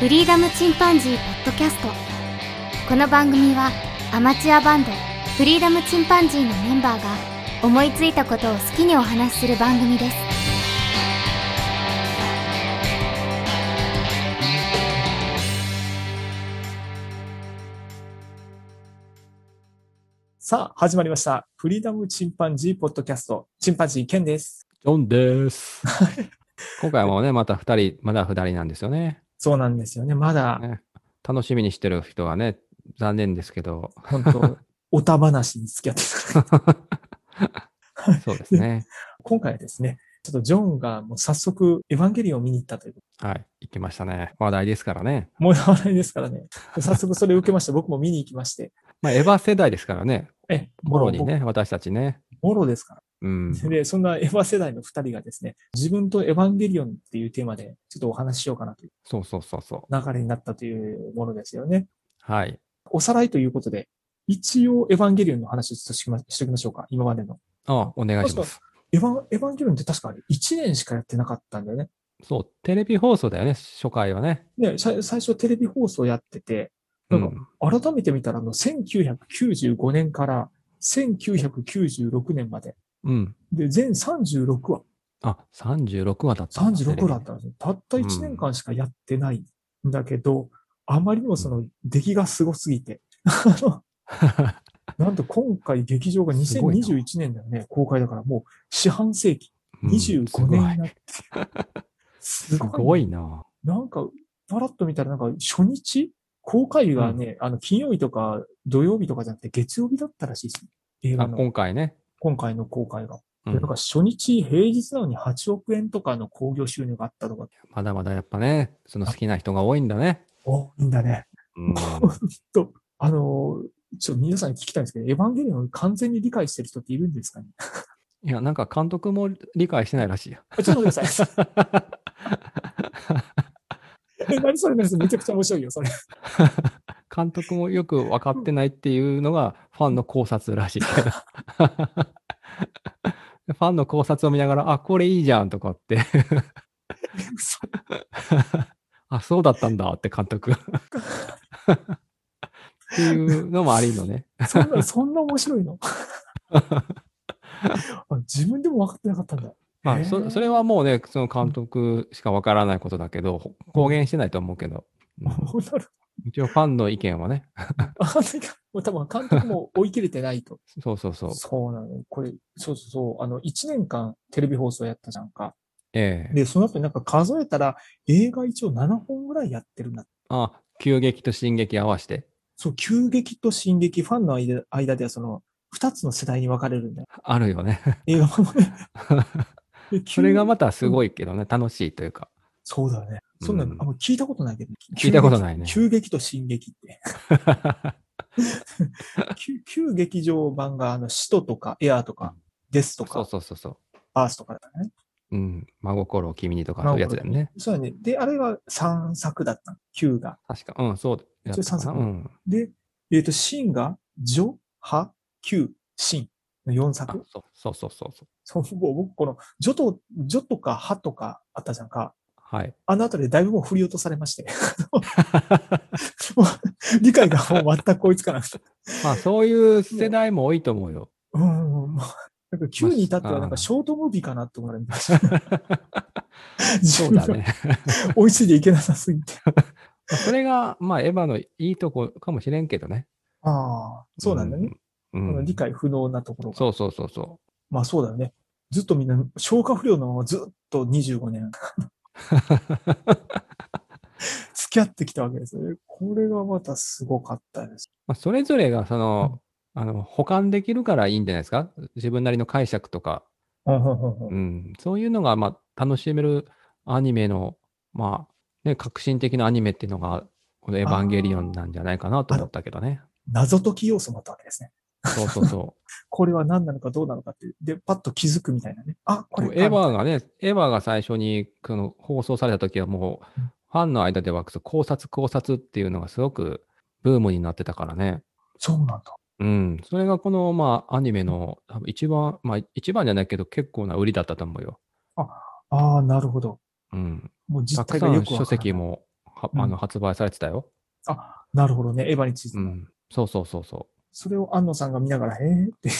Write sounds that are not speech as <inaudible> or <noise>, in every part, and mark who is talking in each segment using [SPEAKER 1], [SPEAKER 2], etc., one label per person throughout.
[SPEAKER 1] フリーダムチンパンジーポッドキャストこの番組はアマチュアバンドフリーダムチンパンジーのメンバーが思いついたことを好きにお話しする番組です
[SPEAKER 2] さあ、始まりました。フリーダムチンパンジーポッドキャスト。チンパンジーケンです。
[SPEAKER 3] ジョ
[SPEAKER 2] <laughs>
[SPEAKER 3] ンです。今回もね、また2人、まだ2人なんですよね。
[SPEAKER 2] そうなんですよね。まだ、
[SPEAKER 3] ね楽しみにしてる人はね、残念ですけど、
[SPEAKER 2] 本
[SPEAKER 3] <laughs>
[SPEAKER 2] 当おた話に付き合っていただいて
[SPEAKER 3] そうですね。
[SPEAKER 2] 今回はですね、ちょっとジョンがもう早速、エヴァンゲリオンを見に行ったという、
[SPEAKER 3] はい、行きましたね。話題ですからね。
[SPEAKER 2] もうやわないですからね。早速それを受けまして、僕も見に行きまして。
[SPEAKER 3] まあ、エヴァ世代ですからね。
[SPEAKER 2] え、
[SPEAKER 3] ボロに
[SPEAKER 2] もう。
[SPEAKER 3] ね、私たちね。
[SPEAKER 2] 僕もろですから。
[SPEAKER 3] うん。
[SPEAKER 2] で、そんなエヴァ世代の二人がですね、自分とエヴァンゲリオンっていうテーマで、ちょっとお話ししようかなという
[SPEAKER 3] そうそうそうそう。
[SPEAKER 2] 流れになったというものですよね。
[SPEAKER 3] はい。
[SPEAKER 2] おさらいということで、一応エヴァンゲリオンの話をちょっとしましておきましょうか。今までの。
[SPEAKER 3] あお願いします。
[SPEAKER 2] エヴァン、エヴァンゲリオンって確か1年しかやってなかったんだよね。
[SPEAKER 3] そう、テレビ放送だよね、初回はね。
[SPEAKER 2] ね、さ最初テレビ放送やってて、
[SPEAKER 3] う
[SPEAKER 2] なん
[SPEAKER 3] ん。
[SPEAKER 2] 改めて見たらあの1995年から1996年まで。
[SPEAKER 3] うん。
[SPEAKER 2] で、全36話。
[SPEAKER 3] あ、36話だったんだ。
[SPEAKER 2] 36話だっ
[SPEAKER 3] テ
[SPEAKER 2] たんですよ。たった1年間しかやってないんだけど、あまりにもその出来がすごすぎて。あの
[SPEAKER 3] レビ。
[SPEAKER 2] なんと今回劇場が
[SPEAKER 3] すごいな
[SPEAKER 2] 2021年だよね、公開だからもう四半世紀、
[SPEAKER 3] うん
[SPEAKER 2] 25年になって。す
[SPEAKER 3] <laughs> すごいすごいな。
[SPEAKER 2] なんか、パラッと見たらなんか初日公開がね、あの、金曜日とか土曜日とかじゃなくて月曜日だったらしいですね。映画
[SPEAKER 3] あ、
[SPEAKER 2] の
[SPEAKER 3] 今回ね。
[SPEAKER 2] 今回の公開が。
[SPEAKER 3] う
[SPEAKER 2] で
[SPEAKER 3] ん
[SPEAKER 2] なんか初日平日なのに8億円とかの興行収入があったとか、
[SPEAKER 3] まだまだやっぱね、その好きな人が多いんだね。
[SPEAKER 2] お、いいんだね。
[SPEAKER 3] うん、
[SPEAKER 2] あのー、ちょっと皆さんに聞きたいんですけど、エヴァンゲリオンを完全に理解してる人っているんですか
[SPEAKER 3] <laughs>
[SPEAKER 2] ね
[SPEAKER 3] いや、なんか監督も理解してないらしいよ。
[SPEAKER 2] あちょっと待ってください。
[SPEAKER 3] <laughs>
[SPEAKER 2] え何それ何それめちゃくちゃ面白いよ、それ。
[SPEAKER 3] 監督もよく分かってないっていうのがファンの考察らしいけど。 <laughs> ファンの考察を見ながら、あ、これいいじゃんとかって。
[SPEAKER 2] 嘘
[SPEAKER 3] <laughs> あ、そうだったんだって監督が。っていうのもありのね。
[SPEAKER 2] そ
[SPEAKER 3] <laughs>
[SPEAKER 2] んな、そんな面白いのあ自分でも分かってなかったんだ。
[SPEAKER 3] ま
[SPEAKER 2] へー
[SPEAKER 3] あ、そそれはもうね、その監督しか分からないことだけど、公言してないと思うけど。うん
[SPEAKER 2] もうなる
[SPEAKER 3] 一応ファンの意見はね。
[SPEAKER 2] あなんかもう多分監督も追い切れてないと。
[SPEAKER 3] そう <laughs> そうそう。
[SPEAKER 2] そうなの。これ、そうそうそう。あの、1年間テレビ放送やったじゃんか。
[SPEAKER 3] ええ
[SPEAKER 2] で、その後になんか数えたら映画一応7本ぐらいやってるんだ。
[SPEAKER 3] あ、急激と進撃合わせて。
[SPEAKER 2] そう、急激と進撃、ファンの間間ではその、二つの世代に分かれるん
[SPEAKER 3] <laughs>
[SPEAKER 2] だよ。
[SPEAKER 3] あるよね。
[SPEAKER 2] 映画もね。
[SPEAKER 3] <laughs>
[SPEAKER 2] で
[SPEAKER 3] それがま
[SPEAKER 2] 急
[SPEAKER 3] たすごいけどね、楽しいというか。
[SPEAKER 2] そうだよね。そんなの、
[SPEAKER 3] うん
[SPEAKER 2] あんま聞いたことないけど。
[SPEAKER 3] 聞いたことないね
[SPEAKER 2] 急激急激と進撃って。
[SPEAKER 3] <laughs>
[SPEAKER 2] 旧旧劇場版が、あの、使徒とか、エアーとか、デスと
[SPEAKER 3] そ
[SPEAKER 2] か、
[SPEAKER 3] うそうそうそ
[SPEAKER 2] バースとかだったね。
[SPEAKER 3] う。うん。真心を君にとかそういうやつだよね。
[SPEAKER 2] そうだね。で、あれが3作だったの。旧が。
[SPEAKER 3] 確か。うん、そうやったか
[SPEAKER 2] 13
[SPEAKER 3] な。
[SPEAKER 2] 作
[SPEAKER 3] うん。
[SPEAKER 2] で、えっ、と、シンが、ジョ、ハ、旧、シンの4
[SPEAKER 3] あ
[SPEAKER 2] 作。
[SPEAKER 3] そうそうそうそうそう。
[SPEAKER 2] そう、もう僕、この、ジョと、ジョとか、ハとかあったじゃんか。
[SPEAKER 3] はい。
[SPEAKER 2] あのあたりでだいぶもう振り落とされ
[SPEAKER 3] <laughs>
[SPEAKER 2] まして。もう <laughs> 理解がもう全く追いつかなくて。
[SPEAKER 3] まあ、そういう世代も多いと思う
[SPEAKER 2] <laughs>
[SPEAKER 3] よ。
[SPEAKER 2] うんうんうん、もうなんか旧に至ってはなんかショートムービーかなって思われました。
[SPEAKER 3] <laughs> そうだね。
[SPEAKER 2] 追いついていけなさすぎて。
[SPEAKER 3] まあそれが、まあ、エヴァのいいとこかもしれんけどね。
[SPEAKER 2] ああ、そうなんだね。
[SPEAKER 3] う
[SPEAKER 2] こ
[SPEAKER 3] ん。う
[SPEAKER 2] の
[SPEAKER 3] ん
[SPEAKER 2] 理。解不能なところが。
[SPEAKER 3] そうそうそうそ
[SPEAKER 2] まあそうだよね。ずっとみんな消化不良のままずっと25年 <laughs>
[SPEAKER 3] う。
[SPEAKER 2] 付き合ってきたわけですよね。これがまたすごかったです。
[SPEAKER 3] まあ、それぞれがその、あの保管できるからいいんじゃないですか自分なりの解釈とか、
[SPEAKER 2] うんうんうんう
[SPEAKER 3] うんん、そういうのが、まあ、楽しめるアニメの、まあね、革新的なアニメっていうのが、このエヴァンゲリオンなんじゃないかなと思ったけどね。
[SPEAKER 2] 謎解き要素もあったわけですね。
[SPEAKER 3] そうそうそ
[SPEAKER 2] これは何なのかどうなのかって。で、パッと気づくみたいなね。あ、 <laughs> これ
[SPEAKER 3] う。でもエヴァがね、エヴァが最初にこの放送された時はもう、ファンの間ではそう考察考察っていうのがすごくブームになってたからね。
[SPEAKER 2] そうなんだ。
[SPEAKER 3] うん。それがこの、まあ、アニメの多分一番、まあ、一番じゃないけど結構な売りだったと思うよ。
[SPEAKER 2] ああ、なるほど。
[SPEAKER 3] うん。
[SPEAKER 2] もう実
[SPEAKER 3] た
[SPEAKER 2] 態
[SPEAKER 3] くさ
[SPEAKER 2] がよ
[SPEAKER 3] ん
[SPEAKER 2] くわからない
[SPEAKER 3] 書籍もは
[SPEAKER 2] うん
[SPEAKER 3] あの発売されてたよ。
[SPEAKER 2] なるほどね。エヴァについて
[SPEAKER 3] う
[SPEAKER 2] の。
[SPEAKER 3] ん。そうそうそうそう。
[SPEAKER 2] それを安野さんが見ながら、へえって。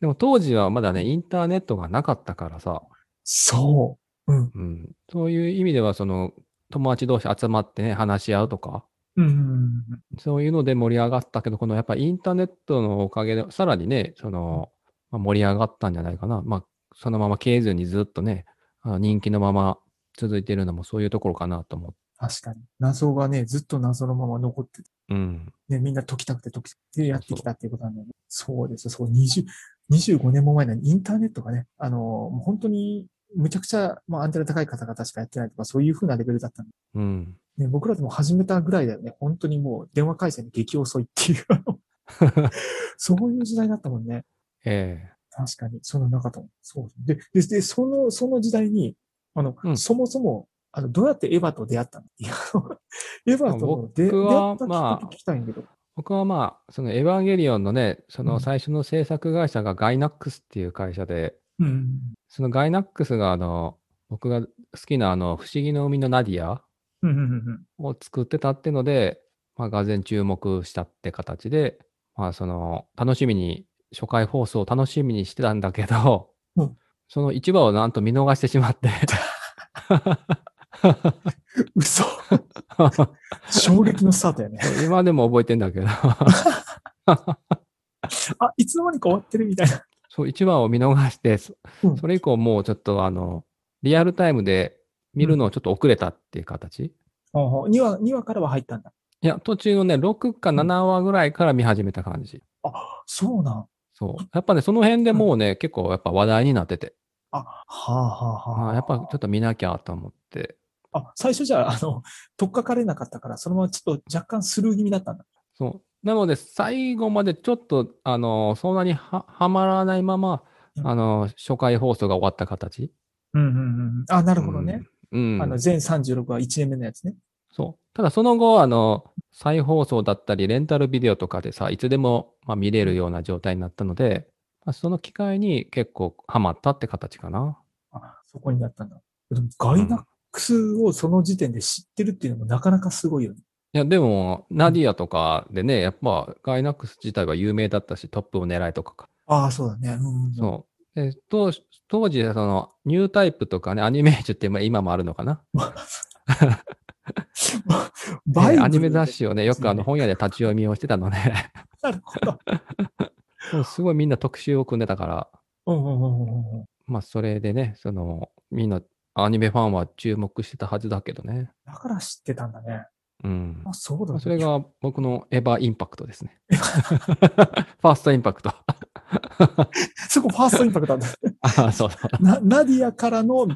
[SPEAKER 3] でも当時はまだね、インターネットがなかったからさ、
[SPEAKER 2] そう。うん。
[SPEAKER 3] うん、そういう意味では、その、友達同士集まってね、話し合うとか、
[SPEAKER 2] うんうんうんうん。
[SPEAKER 3] そういうので盛り上がったけど、このやっぱりインターネットのおかげで、さらにね、その、まあ、盛り上がったんじゃないかな。まあ、そのまま消えずにずっとね、あの人気のまま続いてるのもそういうところかなと思
[SPEAKER 2] 確かに。謎がね、ずっと謎のまま残ってて、
[SPEAKER 3] う。うん。
[SPEAKER 2] ね、みんな解きたくて解きたくてやってきたっていうことなんだよね。そうですよ。そう、20、25年も前なのにインターネットがね、あの、もう本当に、むちゃくちゃ、まあ、アンテナ高い方々しかやってないとか、そういう風なレベルだったんで、
[SPEAKER 3] うん。
[SPEAKER 2] ね、僕らでも始めたぐらいだよね。本当にもう、電話回線に激遅いっていう、あのそういう時代だったもんね。
[SPEAKER 3] え
[SPEAKER 2] 確かに、その中とも。そうで。で、で、その、その時代に、あの、
[SPEAKER 3] うん
[SPEAKER 2] そもそも、あの、どうやってエヴァと出会ったのいや、 <laughs> あのエヴァと出出
[SPEAKER 3] 僕
[SPEAKER 2] 会
[SPEAKER 3] は
[SPEAKER 2] ったきっ
[SPEAKER 3] ま
[SPEAKER 2] か
[SPEAKER 3] あ
[SPEAKER 2] け聞きたいんだけど。
[SPEAKER 3] え僕はまあ、そのエヴァンゲリオンのね、そ
[SPEAKER 2] うん
[SPEAKER 3] の最初の制作会社がガイナックスっていう会社で、
[SPEAKER 2] うん。
[SPEAKER 3] そのガイナックスがあの、僕が好きなあの、不思議の海のナディア
[SPEAKER 2] うんうんうん
[SPEAKER 3] を作ってたってので、まあ、がぜ注目したって形で、まあ、その、楽しみに、初回放送を楽しみにしてたんだけど、
[SPEAKER 2] うん
[SPEAKER 3] その一話をなんと見逃してしまって、
[SPEAKER 2] うん。 <laughs> 嘘。衝撃のスタートやね。
[SPEAKER 3] <laughs> 今でも覚えてんだけど、
[SPEAKER 2] あ、いつの間にか終わってるみたいな。
[SPEAKER 3] そう、一話を見逃して、そ
[SPEAKER 2] うん
[SPEAKER 3] それ以降もうちょっとあの、リアルタイムで見るのをちょっと遅れたっていう形、
[SPEAKER 2] 2話、2話からは入ったんだ。
[SPEAKER 3] いや、途中のね、6か7話ぐらいから見始めた感じ。
[SPEAKER 2] そうなん。
[SPEAKER 3] そう。やっぱね、その辺でもうね、結構やっぱ話題になってて、
[SPEAKER 2] あ、はあはあは
[SPEAKER 3] あ
[SPEAKER 2] あ。
[SPEAKER 3] ーやっぱちょっと見なきゃと思って、
[SPEAKER 2] あ、最初じゃあ、あの、とっかかれなかったから、そのままちょっと若干スルー気味だったんだ。
[SPEAKER 3] そう。なので、最後までちょっと、あのそんなにははまらないまま
[SPEAKER 2] う、ん
[SPEAKER 3] あの初回放送が終わった形。
[SPEAKER 2] うんうんうん。あ、な
[SPEAKER 3] な
[SPEAKER 2] るほどね。。
[SPEAKER 3] うん。
[SPEAKER 2] あの、全36話1年目のやつね。
[SPEAKER 3] そう。ただ、その後、あの、再放送だったり、レンタルビデオとかでさ、いつでも、まあ、見れるような状態になったので、まあ、その機会に結構ハマったって形かな。
[SPEAKER 2] あ、そこになったんだ。でもガイナックスをその時点で知ってるっていうのもなかなかすごいよね。
[SPEAKER 3] いや、でも、ナディアとかでね、やっぱ、ガイナックス自体は有名だったし、トップを狙いとかか。
[SPEAKER 2] ああ、そうだね。うん。
[SPEAKER 3] <laughs> そう。で当当時、その、ニュータイプとかね、アニメージュってまあ今もあるのかな。
[SPEAKER 2] バイブル
[SPEAKER 3] ねアニメ雑。誌をね、よ
[SPEAKER 2] です
[SPEAKER 3] く
[SPEAKER 2] ね
[SPEAKER 3] あの本屋で立ち読みをしてたの <laughs> ね。
[SPEAKER 2] なるほど。
[SPEAKER 3] もうすごいみんな特集を組んでたから、
[SPEAKER 2] うんうんうんうんうん。
[SPEAKER 3] まあ、それでね、その、みんな、アニメファンは注目してたはずだけどね。
[SPEAKER 2] だから知ってたんだね。
[SPEAKER 3] うん。
[SPEAKER 2] あ、そうだ、
[SPEAKER 3] まあ
[SPEAKER 2] ね、
[SPEAKER 3] それ。が僕のエヴァインパクトですね。 <laughs> ファーストインパクト。
[SPEAKER 2] <laughs>
[SPEAKER 3] <laughs>
[SPEAKER 2] そこファーストインパクトなんだ。
[SPEAKER 3] あそうそう。
[SPEAKER 2] な、ナディアからの、み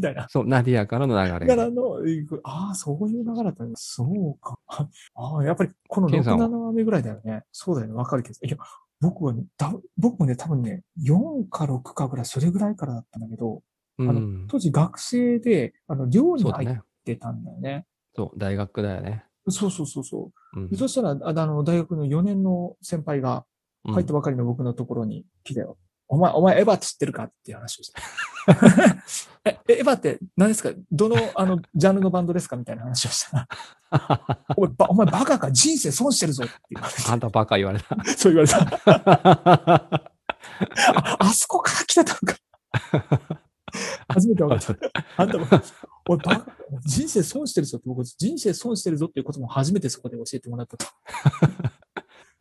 [SPEAKER 2] たいな。
[SPEAKER 3] <laughs> そう、ナディアからの流れ
[SPEAKER 2] か
[SPEAKER 3] で。
[SPEAKER 2] らの、ああ、そういう流れだったね。そうか。 <laughs> ああ、やっぱりこの
[SPEAKER 3] ケ
[SPEAKER 2] 6、
[SPEAKER 3] ンさんは
[SPEAKER 2] 7話目ぐらいだよね。そうだよね。わかるけど。いや、僕はね、た僕もね、多分ね、4か6かぐらい、それぐらいからだったんだけど、
[SPEAKER 3] う
[SPEAKER 2] あ
[SPEAKER 3] ん。
[SPEAKER 2] 当時学生で、あの、寮
[SPEAKER 3] そ
[SPEAKER 2] に
[SPEAKER 3] うだ
[SPEAKER 2] 入っ
[SPEAKER 3] ね。
[SPEAKER 2] てたんだよね。
[SPEAKER 3] そう、大学だよね。
[SPEAKER 2] そうそうそうそうう。でそしたら、ああの、大学の4年の先輩が
[SPEAKER 3] ん。
[SPEAKER 2] 入ったばかりの僕のところに来たよ。お前、お前、エヴァって知ってるかっていう話をした。
[SPEAKER 3] <laughs>
[SPEAKER 2] え、えエヴァって何ですかどの、あの、ジャンルのバンドですかみたいな話をしたら、 <laughs> お前、ばお前バカか人生損してるぞって言われ
[SPEAKER 3] <laughs> あんたバカ言わ
[SPEAKER 2] <laughs>
[SPEAKER 3] れた。
[SPEAKER 2] て、そう言われた。あ、あそこから来てたのか。初めて分かった。あんたも、俺バカ、人生損してるぞって、僕、人生損してるぞっていうことも初めてそこで教えてもらったと。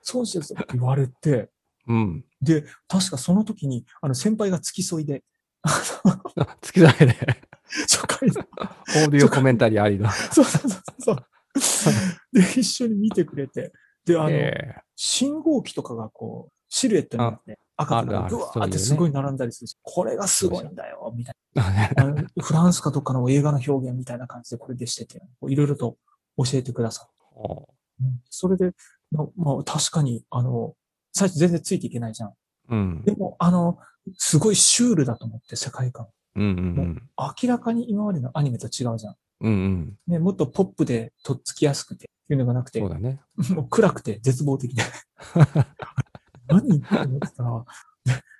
[SPEAKER 2] 損してるぞって言われて、
[SPEAKER 3] うん。 <laughs>
[SPEAKER 2] で、確かその時に、あの、先輩が付き添いで、あの、
[SPEAKER 3] 月だけで、
[SPEAKER 2] 初回の、
[SPEAKER 3] オーディオコメンタリー
[SPEAKER 2] <laughs>
[SPEAKER 3] ありの。
[SPEAKER 2] そうそうそうそう。で、一緒に見てくれて、で、あの、
[SPEAKER 3] ええ
[SPEAKER 2] 信号機とかがこう、シルエットになって、赤と
[SPEAKER 3] ある
[SPEAKER 2] か
[SPEAKER 3] ある
[SPEAKER 2] ぐわ
[SPEAKER 3] そうい
[SPEAKER 2] ー
[SPEAKER 3] う
[SPEAKER 2] って
[SPEAKER 3] ね
[SPEAKER 2] すごい並んだりするし、これがすごいんだよ、みたい
[SPEAKER 3] <laughs>
[SPEAKER 2] な。あのフランスかどっかの映画の表現みたいな感じでこれでしてて、こういろいろと教えてくださ
[SPEAKER 3] お
[SPEAKER 2] る。うんそれで、ままあ確かに、あの、最初全然ついていけないじゃん。
[SPEAKER 3] うん。
[SPEAKER 2] でも、あの、すごいシュールだと思って、世界観。
[SPEAKER 3] うんうん
[SPEAKER 2] 明らかに今までのアニメと違うじゃん。
[SPEAKER 3] うん。うんうん。
[SPEAKER 2] ね、もっとポップでとっつきやすくて、っていうのがなくて
[SPEAKER 3] そう、だね。
[SPEAKER 2] もう暗くて絶望的で。 <laughs> 何って思ってたら、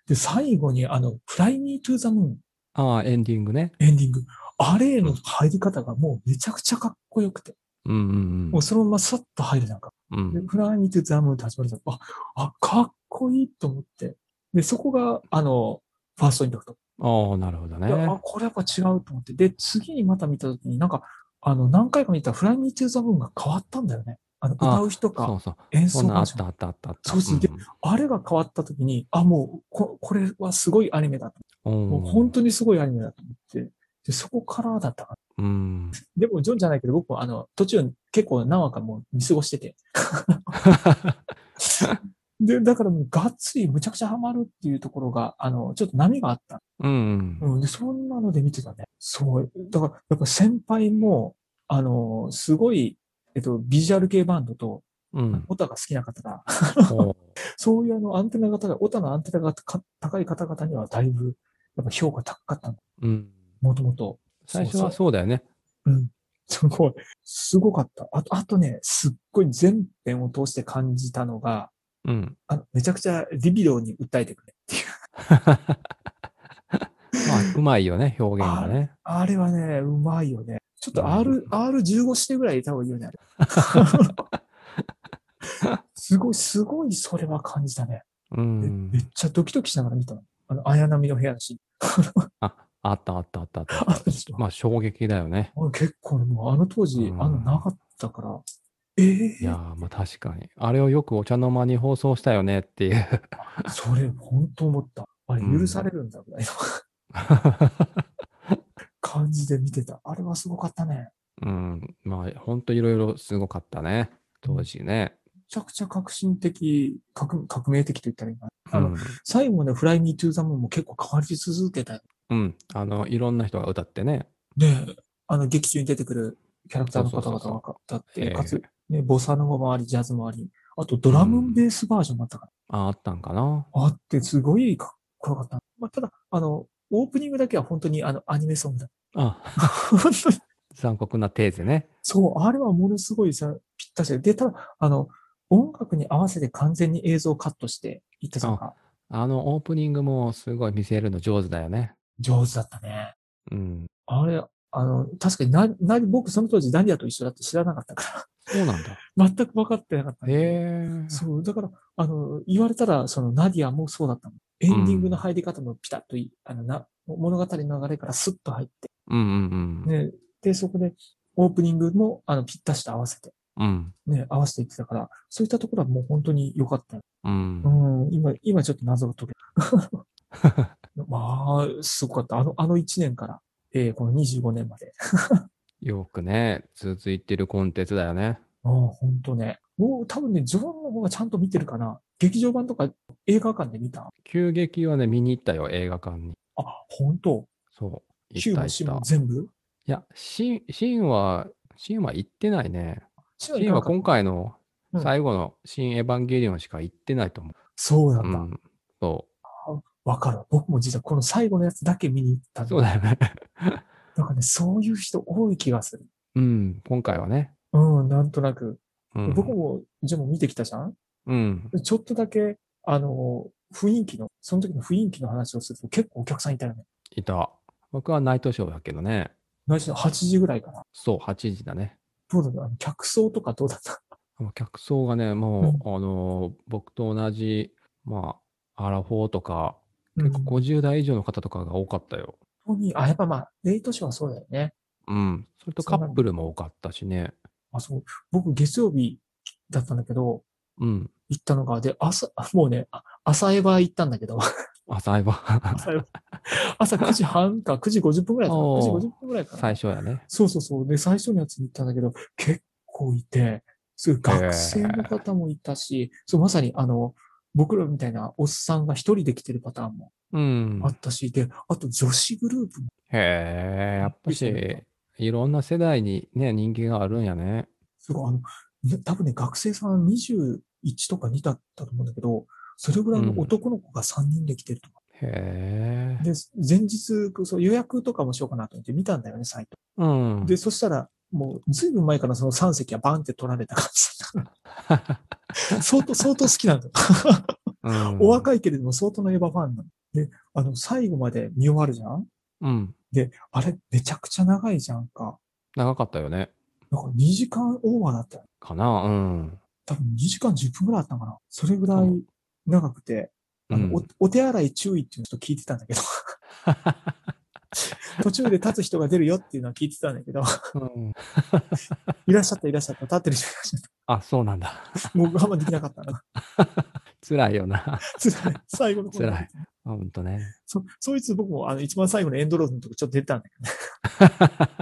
[SPEAKER 2] で、最後にあの、フライミートゥーザムーン
[SPEAKER 3] ああ、エンディングね。
[SPEAKER 2] エンディング。あれへの入り方がもうめちゃくちゃかっこよくて、
[SPEAKER 3] うんうん
[SPEAKER 2] もうそのままさっと入るなんか、
[SPEAKER 3] うん。うん
[SPEAKER 2] でフライミートザムーンって始まるじゃん。あ、あ、かっこいいと思って。で、そこが、あの、ファーストインパクト。
[SPEAKER 3] ああ、なるほどね。
[SPEAKER 2] であ、これは違うと思って。で、次にまた見たときになんか、あの、何回か見たらフライミートザムーンが変わったんだよね。あの、
[SPEAKER 3] あ
[SPEAKER 2] 歌う人
[SPEAKER 3] そ
[SPEAKER 2] か
[SPEAKER 3] うそう。
[SPEAKER 2] 演
[SPEAKER 3] そ
[SPEAKER 2] 奏
[SPEAKER 3] んなあ
[SPEAKER 2] 家
[SPEAKER 3] っ
[SPEAKER 2] じゃ
[SPEAKER 3] た
[SPEAKER 2] ん
[SPEAKER 3] あったあったあった。
[SPEAKER 2] そうそうで
[SPEAKER 3] ん
[SPEAKER 2] あれが変わったときに、あ、もうこ、これはすごいアニメだと。
[SPEAKER 3] うん
[SPEAKER 2] もう本当にすごいアニメだと思って。で、そこからだったかな。
[SPEAKER 3] うん。
[SPEAKER 2] でも、ジョンじゃないけど、僕もあの、途中結構何話かもう見過ごしてて。
[SPEAKER 3] <laughs>
[SPEAKER 2] で、だからもうがっつりむちゃくちゃハマるっていうところが、あの、ちょっと波があった。
[SPEAKER 3] うん。
[SPEAKER 2] うん、で、そんなので見てたね。そう。だから、やっぱ先輩も、あの、すごい、えっと、ビジュアル系バンドと、
[SPEAKER 3] うん。
[SPEAKER 2] オタが好きな方が、
[SPEAKER 3] おう
[SPEAKER 2] そういうあの、アンテナが高い、オタのアンテナがか高い方々にはだいぶ、やっぱ評価高かったの。
[SPEAKER 3] うん。
[SPEAKER 2] もともと。
[SPEAKER 3] 最初はそうだよね。
[SPEAKER 2] <laughs> すごい。すごかった。あと、あとね、すっごい全編を通して感じたのが、
[SPEAKER 3] うん。
[SPEAKER 2] あの、めちゃくちゃリビドーに訴えてくれっていう。
[SPEAKER 3] まあ、うまいよね、表現がね。
[SPEAKER 2] あれはね、うまいよね。ちょっと R、R15 指定ぐらい入れた方がいい
[SPEAKER 3] <laughs>
[SPEAKER 2] よね。すごい、すごいそれは感じたね。
[SPEAKER 3] う
[SPEAKER 2] め
[SPEAKER 3] ん
[SPEAKER 2] め。っちゃドキドキしながら見たの。あの、綾波の部屋のシーン。
[SPEAKER 3] あ、あったあったあったあ <laughs> った。
[SPEAKER 2] あったで <laughs> しょ
[SPEAKER 3] まあ、衝撃だよね。
[SPEAKER 2] あ結構ね、もうあの当時、
[SPEAKER 3] うん
[SPEAKER 2] あのなかったから。ええ
[SPEAKER 3] いやー、まあ確かに。あれをよくお茶の間に放送したよねっていう。 <laughs>
[SPEAKER 2] それ本当思った。あれ許されるんだぐらいの感じで見てた。あれはすごかったね。
[SPEAKER 3] うん。まあ、ほんといろいろすごかったね。当時ね。
[SPEAKER 2] めちゃくちゃ革新的、革革命的と言ったらいいかな。
[SPEAKER 3] う
[SPEAKER 2] あの
[SPEAKER 3] ん。
[SPEAKER 2] 最後ね、フライミートゥーザムーンも結構変わり続けたよ
[SPEAKER 3] うん。あの、いろんな人が歌ってね。
[SPEAKER 2] ねえ、あの、劇中に出てくるキャラクターの方々
[SPEAKER 3] そうそうそう
[SPEAKER 2] がだっ
[SPEAKER 3] え
[SPEAKER 2] て、
[SPEAKER 3] え
[SPEAKER 2] かつ、ね、ボサノバもあり、ジャズもあり、あとドラムベースバージョンもあったか
[SPEAKER 3] あ、あったんかな。
[SPEAKER 2] ら、あって、すごいかっこよかった。まあ、ただ、あの、オープニングだけは本当にあの、アニメソングだ。
[SPEAKER 3] あ、
[SPEAKER 2] 本当に
[SPEAKER 3] 残酷なテーゼね。
[SPEAKER 2] <laughs> そう、あれはものすごいさ、ぴったしで、で、ただ、あの、音楽に合わせて完全に映像をカットしていったじゃんか。
[SPEAKER 3] あの、オープニングもすごい見せるの上手だよね。
[SPEAKER 2] 上手だったね。
[SPEAKER 3] うん。
[SPEAKER 2] あれ、あの、確かにな、な、僕その当時ダニアと一緒だって知らなかったか
[SPEAKER 3] そうなん
[SPEAKER 2] <laughs>
[SPEAKER 3] だ。
[SPEAKER 2] ら、全く分かってなかったん
[SPEAKER 3] へ
[SPEAKER 2] で。
[SPEAKER 3] え。
[SPEAKER 2] そう、だから、あの、言われたら、その、ナディアもそうだったの。エンディングの入り方もピタッといい、あの、な、物語の流れからスッと入って、
[SPEAKER 3] うんうんうん。
[SPEAKER 2] ね、で、そこで、オープニングも、あの、ぴったしと合わせて、
[SPEAKER 3] うん。
[SPEAKER 2] ね、合わせていってたから、そういったところはもう本当に良かったよ。
[SPEAKER 3] うん
[SPEAKER 2] う。ん、今、今ちょっと謎が解け
[SPEAKER 3] <laughs>
[SPEAKER 2] た。まあ、すごかった。あの、あの1年から、えーこの25年まで。
[SPEAKER 3] よくね、続いてるコンテンツだよね。
[SPEAKER 2] ああ、本当ね。もう多分ね、ジョンの方がちゃんと見てるかな。劇場版とか映画館で見た
[SPEAKER 3] 急激はね、見に行ったよ、映画館に。
[SPEAKER 2] あ、本当
[SPEAKER 3] そう。
[SPEAKER 2] キュ
[SPEAKER 3] 行っ
[SPEAKER 2] ー
[SPEAKER 3] た
[SPEAKER 2] もシー
[SPEAKER 3] 行
[SPEAKER 2] も
[SPEAKER 3] った。
[SPEAKER 2] 全部
[SPEAKER 3] いや、シーン、シーンは、シーンは行ってないね。
[SPEAKER 2] シ
[SPEAKER 3] シーンは今回の
[SPEAKER 2] うん
[SPEAKER 3] 最後の新エヴァンゲリオンしか行ってないと思
[SPEAKER 2] そうだっ
[SPEAKER 3] う。う
[SPEAKER 2] た。
[SPEAKER 3] ん。そ
[SPEAKER 2] わかる。僕も実はこの最後のやつだけ見に行った
[SPEAKER 3] う。そうだよね。 <laughs>
[SPEAKER 2] なんかね、そういう人多い気がする。
[SPEAKER 3] うん、今回はね。
[SPEAKER 2] うん、なんとなく。
[SPEAKER 3] うん、
[SPEAKER 2] 僕も、ジョンも見てきたじゃん
[SPEAKER 3] うん。
[SPEAKER 2] ちょっとだけ、あの、雰囲気の、その時の雰囲気の話をすると結構お客さんいたよね。
[SPEAKER 3] いた。僕はナイトショーだけどね。
[SPEAKER 2] 内緒の8時ぐらいかな。
[SPEAKER 3] そう、8時だね。
[SPEAKER 2] どうだったあの客層とかどうだった
[SPEAKER 3] もう客層がね、もう、あのー、僕と同じ、まあ、アラフォーとか、結
[SPEAKER 2] うん
[SPEAKER 3] 構50代以上の方とかが多かったよ。
[SPEAKER 2] 本当に、あ、やっぱまあ、レイトショーはそうだよね。
[SPEAKER 3] うん。それとカップルも多かったしね。
[SPEAKER 2] あ、そう。僕月曜日だったんだけど、
[SPEAKER 3] うん。
[SPEAKER 2] 行ったのが、で、朝、もうね、あ朝エヴァ行ったんだけど、
[SPEAKER 3] あ、
[SPEAKER 2] <laughs>
[SPEAKER 3] 最後。
[SPEAKER 2] 朝朝9時半か、9時50分ぐらいかな。9時
[SPEAKER 3] おー
[SPEAKER 2] 50分ぐらいかな
[SPEAKER 3] 最。初やね。
[SPEAKER 2] そうそうそう。で、最初のやつに行ったんだけど、結構いて、すごい学生の方もいたし、そう、まさにあの、僕らみたいなおっさんが一人で来てるパターンも
[SPEAKER 3] うん
[SPEAKER 2] あ。ったし、で、あと女子グループも。
[SPEAKER 3] へえ、やっぱ
[SPEAKER 2] びっくりした
[SPEAKER 3] し、いろんな世代にね、人気があるんやね。
[SPEAKER 2] すごい、あの、ね多分ね、学生さん21とか2だったと思うんだけど、それぐらいの男の子が3人で来てるとか。
[SPEAKER 3] へえ。
[SPEAKER 2] で、前日、そう予約とかもしようかなと思って見たんだよね、サイト。
[SPEAKER 3] うん。
[SPEAKER 2] で、そしたら、もう、ずいぶん前からその3席はバンって取られた感じだ
[SPEAKER 3] <laughs>
[SPEAKER 2] ったから、相当、相当好きなんだよ。
[SPEAKER 3] うん
[SPEAKER 2] お若いけれども相当のエヴァファンなの。で、あの、最後まで見終わるじゃん
[SPEAKER 3] うん。
[SPEAKER 2] で、あれ、めちゃくちゃ長いじゃんか。
[SPEAKER 3] 長かったよね。
[SPEAKER 2] なんか2時間オーバーだったよ
[SPEAKER 3] かなうん。
[SPEAKER 2] 多分2時間10分ぐらいあったのかな。それぐら
[SPEAKER 3] う
[SPEAKER 2] い
[SPEAKER 3] ん
[SPEAKER 2] 長くて、あの
[SPEAKER 3] うん
[SPEAKER 2] おお手洗い注意っていうのをちょっと聞いてたん
[SPEAKER 3] <laughs>
[SPEAKER 2] だけど、途中で立つ人が出るよっていうのは聞いてたんだけど、
[SPEAKER 3] うん
[SPEAKER 2] いらっしゃったいらっしゃった、立ってる人いらっしゃっ
[SPEAKER 3] あ、そうなんだ。 <laughs>
[SPEAKER 2] た。もう我慢できなかったな。
[SPEAKER 3] 辛いよな。 <laughs>
[SPEAKER 2] 辛い。最後の方
[SPEAKER 3] 辛い。ほんとね。
[SPEAKER 2] そ、そいつ僕もあの一番最後のエンドロールのとこちょっと出てたんだ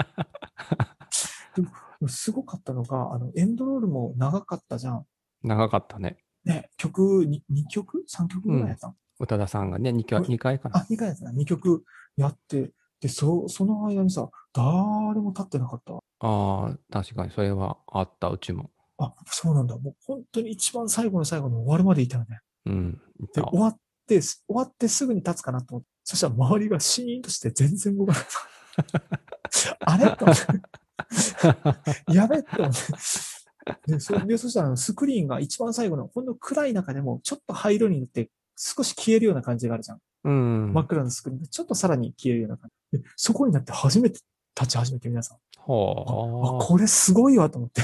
[SPEAKER 2] け <laughs> ど、すごかったのが、あの、エンドロールも長かったじゃん。
[SPEAKER 3] 長かったね。
[SPEAKER 2] ね、曲に、2曲 ?3 曲ぐらいやったの、
[SPEAKER 3] 宇多田さんがね、2回
[SPEAKER 2] うん
[SPEAKER 3] 二回かな。
[SPEAKER 2] あ、2回やったな。2曲やって、で、そ、その間にさ、誰も立ってなかったわ。
[SPEAKER 3] ああ、確かにそれはあった、うちも。
[SPEAKER 2] あ、そうなんだ。もう本当に一番最後の最後の終わるまでいたよね。
[SPEAKER 3] うん。い
[SPEAKER 2] で、
[SPEAKER 3] た
[SPEAKER 2] 終わって、す終わってすぐに立つかなと思って。そしたら周りがシーンとして全然動かなかった。
[SPEAKER 3] <laughs>
[SPEAKER 2] あれと思って。やべって思って。で、そでそしたらスクリーンが一番最後の、ほんの暗い中でも、ちょっと灰色になって、少し消えるような感じがあるじゃん。
[SPEAKER 3] うん。
[SPEAKER 2] 真っ暗のスクリーンがちょっとさらに消えるような感じ。でそこになって初めて立ち始めて皆さん。あ、
[SPEAKER 3] ほ
[SPEAKER 2] これすごいわと思って。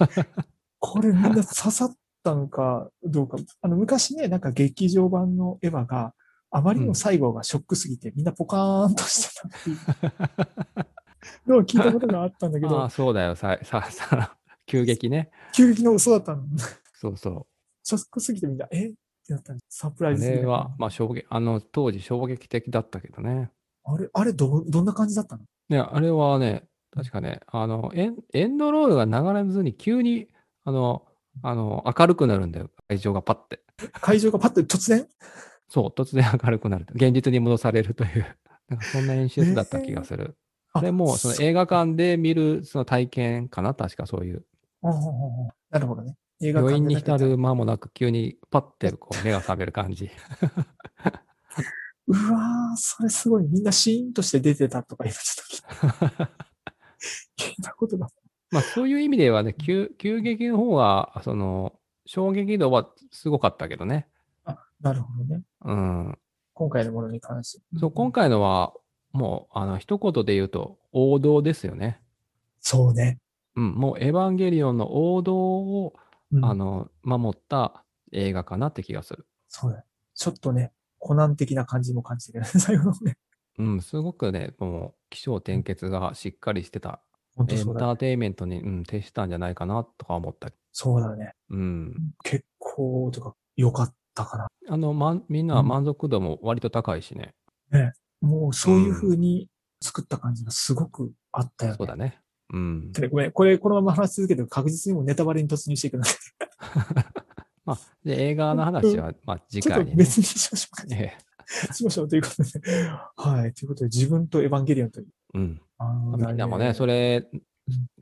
[SPEAKER 3] <laughs>
[SPEAKER 2] これみんな刺さったのかどうか。あの、昔ね、なんか劇場版のエヴァが、あまりにも最後がショックすぎて、みんなポカーンとしてたっていうのを聞いたことがあったんだけ
[SPEAKER 3] う。 <laughs> ああ、
[SPEAKER 2] ど、
[SPEAKER 3] そうだよ。さ、さ、さ、 <laughs> 急激ね。
[SPEAKER 2] 急激な嘘だったの。
[SPEAKER 3] そうそう。
[SPEAKER 2] ショックすぎてみんな、えってなったんですサプ
[SPEAKER 3] あ
[SPEAKER 2] ライズすぎ
[SPEAKER 3] れ
[SPEAKER 2] て
[SPEAKER 3] は、まあ、衝撃、あの、当時衝撃的だったけどね。
[SPEAKER 2] あれ、あれど、どんな感じだったの
[SPEAKER 3] ね、あれはね、確かね、あの、エンエンドロールが流れずに急に、あの、あの、明るくなるんだよ。会場がパッて。
[SPEAKER 2] 会場がパッと突然
[SPEAKER 3] そう、突然明るくなる。現実に戻されるという、 <laughs> なんかそんな演出だった気がする。
[SPEAKER 2] あ
[SPEAKER 3] あれも、その映画館で見るその体験かな確かそういう。
[SPEAKER 2] ああああああなるほどね。映
[SPEAKER 3] 余韻に
[SPEAKER 2] だけ
[SPEAKER 3] 浸る間もなく、急にパッてこう目が覚める感 <laughs> じ。
[SPEAKER 2] うわー、それすごい。みんなシーンとして出てたとか今ちょ <laughs> っと聞い聞いたことが。
[SPEAKER 3] まあそういう意味ではね、急急激の方が、その、衝撃度はすごかったけどね。
[SPEAKER 2] あ、なるほどね。
[SPEAKER 3] うん。
[SPEAKER 2] 今回のものに関して。
[SPEAKER 3] そう、今回のは、もう、あの、一言で言うと、王道ですよね。
[SPEAKER 2] そうね。
[SPEAKER 3] うん、もう、エヴァンゲリオンの王道を、
[SPEAKER 2] うん
[SPEAKER 3] あの、守った映画かなって気がする。
[SPEAKER 2] そうだ。ちょっとね、コナン的な感じも感じてる。 <laughs> 最後のね。
[SPEAKER 3] うん、すごくね、もう、起承転結がしっかりしてた、
[SPEAKER 2] 本当
[SPEAKER 3] エ
[SPEAKER 2] そう
[SPEAKER 3] ン
[SPEAKER 2] だ。
[SPEAKER 3] ターテインメントに、うん、徹したんじゃないかなとか思った。
[SPEAKER 2] そうだね。
[SPEAKER 3] うん。
[SPEAKER 2] 結構、とか、良かったかな。
[SPEAKER 3] あの、まん、みんな満足度も割と高いしね。
[SPEAKER 2] もうそういう風に作った感じがすごくあったよね。
[SPEAKER 3] そうだね。うん。
[SPEAKER 2] でごめん、これ、このまま話し続けて確実にもうネタバレに突入していくので、
[SPEAKER 3] まあ、で、映画の話は、まあ、次
[SPEAKER 2] ちょっ
[SPEAKER 3] 回
[SPEAKER 2] と
[SPEAKER 3] にね。
[SPEAKER 2] 別にしましょうかね。
[SPEAKER 3] ええ
[SPEAKER 2] しましょうということで。はい。ということで、自分とエヴァンゲリオンという。
[SPEAKER 3] うん。
[SPEAKER 2] あの
[SPEAKER 3] みんなもね、そ
[SPEAKER 2] れ。
[SPEAKER 3] れ、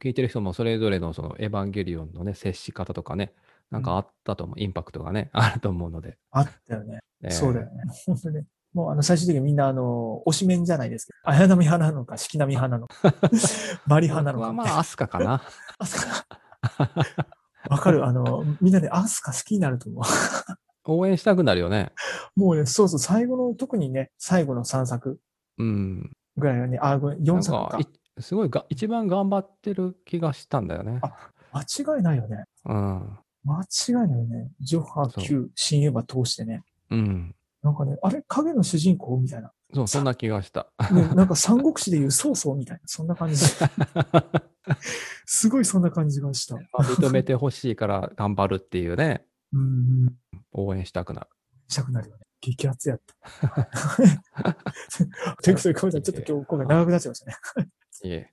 [SPEAKER 3] 聞いてる人もそれぞれのそのエヴァンゲリオンのね、接し方とかね、なんかあったと思う、インパクトがね、 <laughs> あると思うので。
[SPEAKER 2] あったよね。
[SPEAKER 3] えー
[SPEAKER 2] そうだよね。 <laughs> 本当ね。もうあの、最終的にみんなあの、推しメンじゃないですけど、綾波派なのか、四季並派なの
[SPEAKER 3] <laughs>
[SPEAKER 2] か、マリ派なの
[SPEAKER 3] 僕
[SPEAKER 2] か。
[SPEAKER 3] はまあ、アスカかな。
[SPEAKER 2] アスカ。 <laughs> わかるあの、みんなでアスカ好きになると思
[SPEAKER 3] 応援したくなるよね。
[SPEAKER 2] う。もうね、そうそう、最後の、特にね、最後の3作
[SPEAKER 3] うん。
[SPEAKER 2] ぐらいはね、あ、ごめん、
[SPEAKER 3] な
[SPEAKER 2] 4
[SPEAKER 3] ん
[SPEAKER 2] 作
[SPEAKER 3] か
[SPEAKER 2] か。、
[SPEAKER 3] いすごいが、一番頑張ってる気がしたんだよね。
[SPEAKER 2] 間違いないよね。
[SPEAKER 3] うん。
[SPEAKER 2] 間違いないよね。ジョハ、
[SPEAKER 3] そう
[SPEAKER 2] キュー、新エヴァ通してね。
[SPEAKER 3] うん。
[SPEAKER 2] なんかね、あれ、影の主人公みたいな。
[SPEAKER 3] そう、そんな気がした。 <laughs>
[SPEAKER 2] ねなんか三国志でいう曹操みたいな、そんな感じ。
[SPEAKER 3] <laughs>
[SPEAKER 2] すごいそんな感じがした。
[SPEAKER 3] まあ認めてほしいから頑張るっていうね、
[SPEAKER 2] うんうん。
[SPEAKER 3] 応援したくなる。
[SPEAKER 2] したくなるよね。激アツや
[SPEAKER 3] <laughs>
[SPEAKER 2] った。ということで、ごめんなさい。ちょっと今日、今回長くなっちゃいましたね。
[SPEAKER 3] いえ。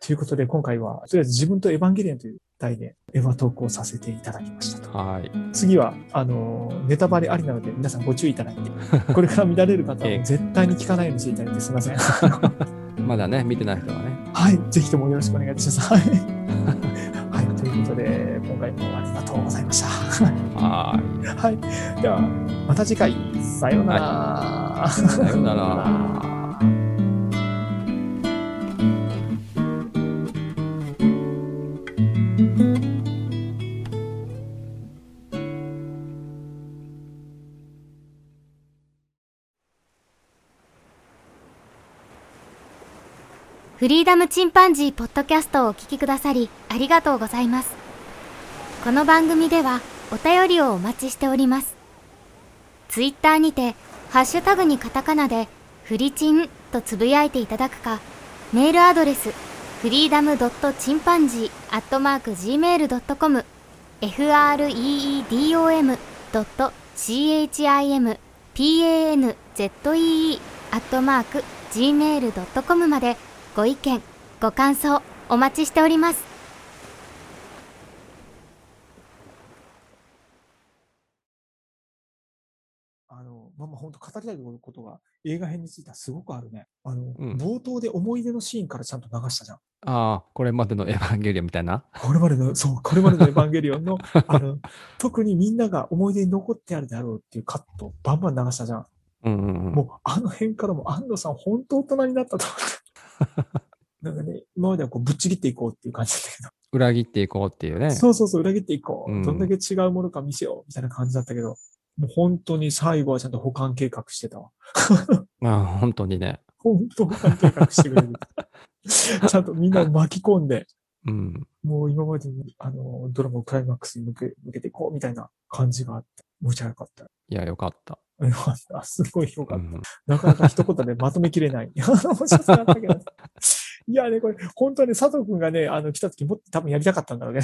[SPEAKER 2] ということで、今回は、とりあえず自分とエヴァンゲリオンという題で、エヴァ投稿させていただきましたと。
[SPEAKER 3] はい。
[SPEAKER 2] 次は、あの、ネタバレありなので、皆さんご注意いただい
[SPEAKER 3] <laughs>
[SPEAKER 2] て、これから見られる方は
[SPEAKER 3] ええ
[SPEAKER 2] 絶対に聞かないようにしていただいて、すいません。
[SPEAKER 3] まだね、見てない人はね。
[SPEAKER 2] はい。ぜひともよろしくお願いいたします。はい。はい。ということで、今回もありがとうございました。
[SPEAKER 3] はーい。
[SPEAKER 2] はい。では、また次回、さようなら。
[SPEAKER 3] さようなら。
[SPEAKER 1] フリーダムチンパンジーポッドキャストをお聞きくださりありがとうございます。この番組ではお便りをお待ちしております。ツイッターにて、ハッシュタグにカタカナで、フリチンとつぶやいていただくか、メールアドレス、フリーダムドットチンパンジーアットマーク Gmail.com、freedom ドット chimpanzee アットマーク Gmail.com まで、ご意見、ご感想、お待ちしております。
[SPEAKER 2] あの、まあまあ本当語りたいことが映画編についてはすごくあるね。あの、
[SPEAKER 3] うん
[SPEAKER 2] 冒頭で思い出のシーンからちゃんと流したじゃん。
[SPEAKER 3] ああ、これまでのエヴァンゲリオンみたいな。
[SPEAKER 2] これまでの、そう、これまでのエヴァンゲリオン
[SPEAKER 3] <laughs>
[SPEAKER 2] の、あの、特にみんなが思い出に残ってあるであろうっていうカットをバンバン流したじゃん。
[SPEAKER 3] うんうんうん。
[SPEAKER 2] もう、あの辺からも安藤さん本当大人になったと思って。なんかね、今まではこうぶっちぎっていこうっていう感じだったけど。
[SPEAKER 3] 裏切っていこうっていうね。
[SPEAKER 2] そうそうそう、裏切っていこう。
[SPEAKER 3] うん
[SPEAKER 2] どんだけ違うものか見せよう、みたいな感じだったけど、もう本当に最後はちゃんと保管計画してたわ。
[SPEAKER 3] ああ本当にね。
[SPEAKER 2] 本当保管計画してくれ
[SPEAKER 3] <laughs>
[SPEAKER 2] る。ちゃんとみんなを巻き込んで、
[SPEAKER 3] うん。
[SPEAKER 2] もう今までに、あの、ドラマをクライマックスに向け向けていこう、みたいな感じがあって、むちゃよかった。
[SPEAKER 3] いや、よかった。
[SPEAKER 2] よかった。すごいよか
[SPEAKER 3] う
[SPEAKER 2] った。
[SPEAKER 3] ん、
[SPEAKER 2] なかなか一言でまとめきれない。面 <laughs> 白さだったけど。いやね、これ、本当はね、佐藤くんがね、あの、来た時もっと多分やりたかったんだろう
[SPEAKER 3] <laughs>
[SPEAKER 2] ね。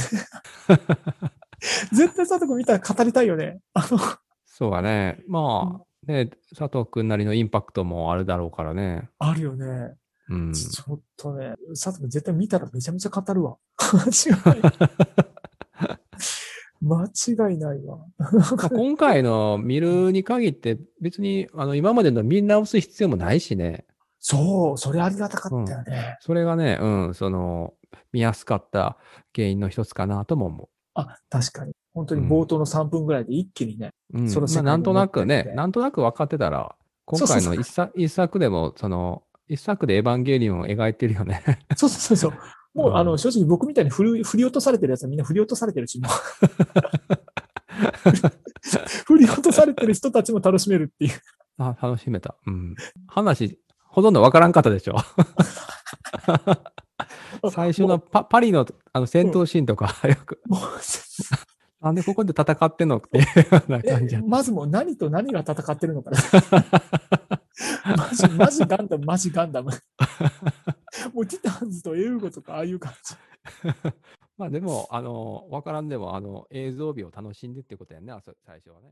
[SPEAKER 2] 絶対佐藤くん見たら語りたいよね。あの、
[SPEAKER 3] そうだね。まあ、ね、佐藤くんなりのインパクトもあるだろうからね。
[SPEAKER 2] あるよね。
[SPEAKER 3] うん。
[SPEAKER 2] ちょっとね、佐藤くん絶対見たらめちゃめちゃ語
[SPEAKER 3] <laughs>
[SPEAKER 2] るわ。間違いない。間違いないわ。
[SPEAKER 3] まあ今回の見るに限って、別にあの今までの見直す必要もないしね。
[SPEAKER 2] そう、それありがたかったよね。
[SPEAKER 3] それがね、うん、その、見やすかった原因の一つかなとも思
[SPEAKER 2] あ、確かに。本当に冒頭の3分ぐらいで一気にね。
[SPEAKER 3] う。うん、
[SPEAKER 2] その世
[SPEAKER 3] まあ、
[SPEAKER 2] 界
[SPEAKER 3] なんとなく
[SPEAKER 2] を持って
[SPEAKER 3] ね
[SPEAKER 2] て、
[SPEAKER 3] なんとなく分かってたら、今
[SPEAKER 2] そう
[SPEAKER 3] 回
[SPEAKER 2] そ
[SPEAKER 3] の
[SPEAKER 2] うそう
[SPEAKER 3] 一作一作でも、その、一作でエヴァンゲリオンを描いてるよね。
[SPEAKER 2] そうそうそうそう。もう、
[SPEAKER 3] うん
[SPEAKER 2] あの、正直僕みたいに振り振り落とされてるやつはみんな振り落とされてる
[SPEAKER 3] <laughs>
[SPEAKER 2] し、もう <laughs> 振り落とされてる人たちも楽しめるっていう。
[SPEAKER 3] あ、楽しめた。うん。話、ほとんどわからんかったで
[SPEAKER 2] <laughs>
[SPEAKER 3] しょ。最初のパパリのあの戦闘シーンとか、よく、
[SPEAKER 2] もうもう
[SPEAKER 3] なんでここで戦ってんのっていうような感じ
[SPEAKER 2] え。まずもう何と何が戦ってるのか
[SPEAKER 3] <laughs>
[SPEAKER 2] な。マジ、マジガンダム、マジガンダム。もうティターンズとエウゴとかああいう感じ。
[SPEAKER 3] まあでも、あの、わからんでも、あの、映像美を楽しんでってことやんね、あそ最初はね。